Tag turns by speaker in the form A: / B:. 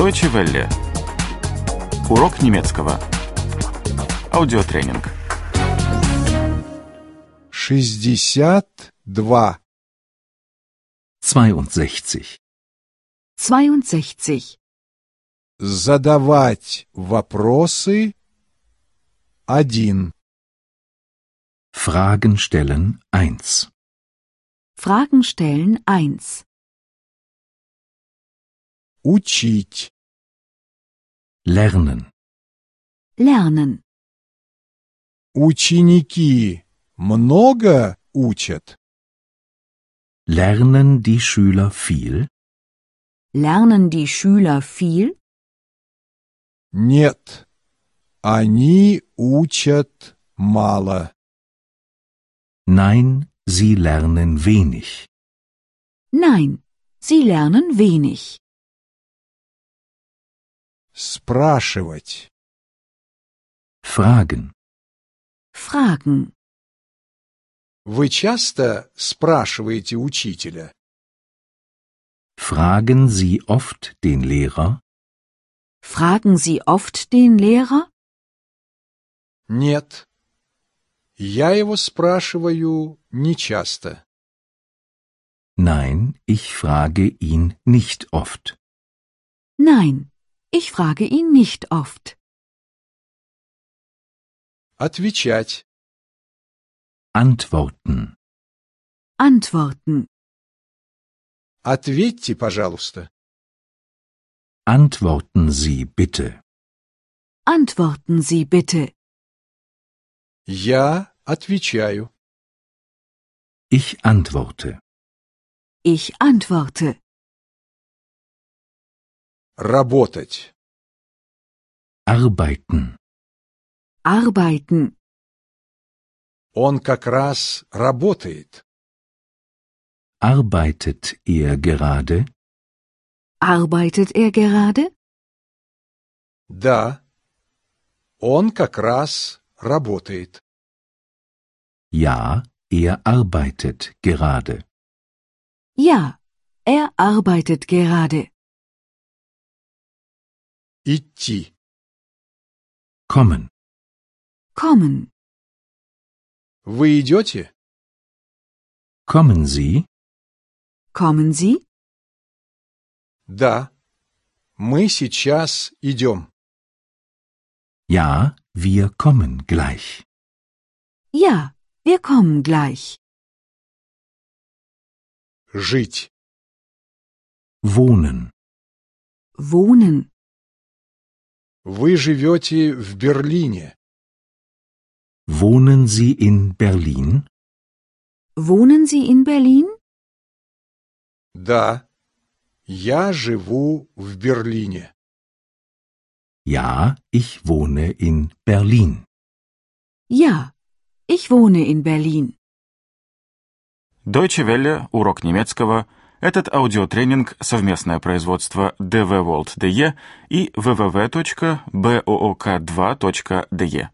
A: Deutsche Welle. Урок немецкого. Аудиотренинг.
B: 62.
C: 62.
D: 62.
B: Задавать вопросы 1.
C: Fragen stellen 1.
D: Fragen stellen 1.
B: Учить
C: Lernen.
D: Lernen.
B: ученики много учат.
C: Lernen die Schüler viel?
D: Lernen die Schüler viel?
B: Нет. Они учат мало.
C: Nein, sie lernen wenig.
D: Nein, sie lernen wenig.
B: Спрашивать.
C: Fragen.
D: Fragen.
B: Вы часто спрашиваете учителя?
C: Fragen Sie oft den Lehrer?
D: Fragen Sie oft den Lehrer?
B: Нет. Я его спрашиваю нечасто.
C: Nein, ich frage ihn nicht oft.
D: Nein, ich frage ihn nicht oft.
B: Отвечать.
C: Antworten.
D: Antworten.
B: Ответьте, пожалуйста.
C: Antworten Sie bitte.
D: Antworten Sie bitte.
B: Я отвечаю.
C: Ich antworte.
D: Ich antworte.
B: Работать.
C: Arbeiten.
D: Arbeiten.
B: Он как раз работает.
C: Arbeitet er gerade?
D: Arbeitet er gerade?
B: Да. Он как раз работает.
C: Ja, er arbeitet gerade.
D: Ja, er arbeitet gerade.
B: Идти.
C: Kommen.
D: Kommen.
B: Вы идете?
C: Kommen Sie?
D: Kommen Sie?
B: Да. Мы сейчас идем.
C: Ja, wir kommen gleich.
D: Ja, wir kommen gleich.
B: Жить.
C: Wohnen.
D: Wohnen.
B: Вы живете в Берлине.
C: Wohnen Sie in Berlin?
D: Wohnen Sie in Berlin?
B: Да. Я живу в Берлине.
C: Ja, ich wohne in Berlin.
D: Ja, ich wohne in Berlin.
A: Deutsche Welle. Урок немецкого. Этот аудиотренинг – совместное производство DW World DE и www.book2.de.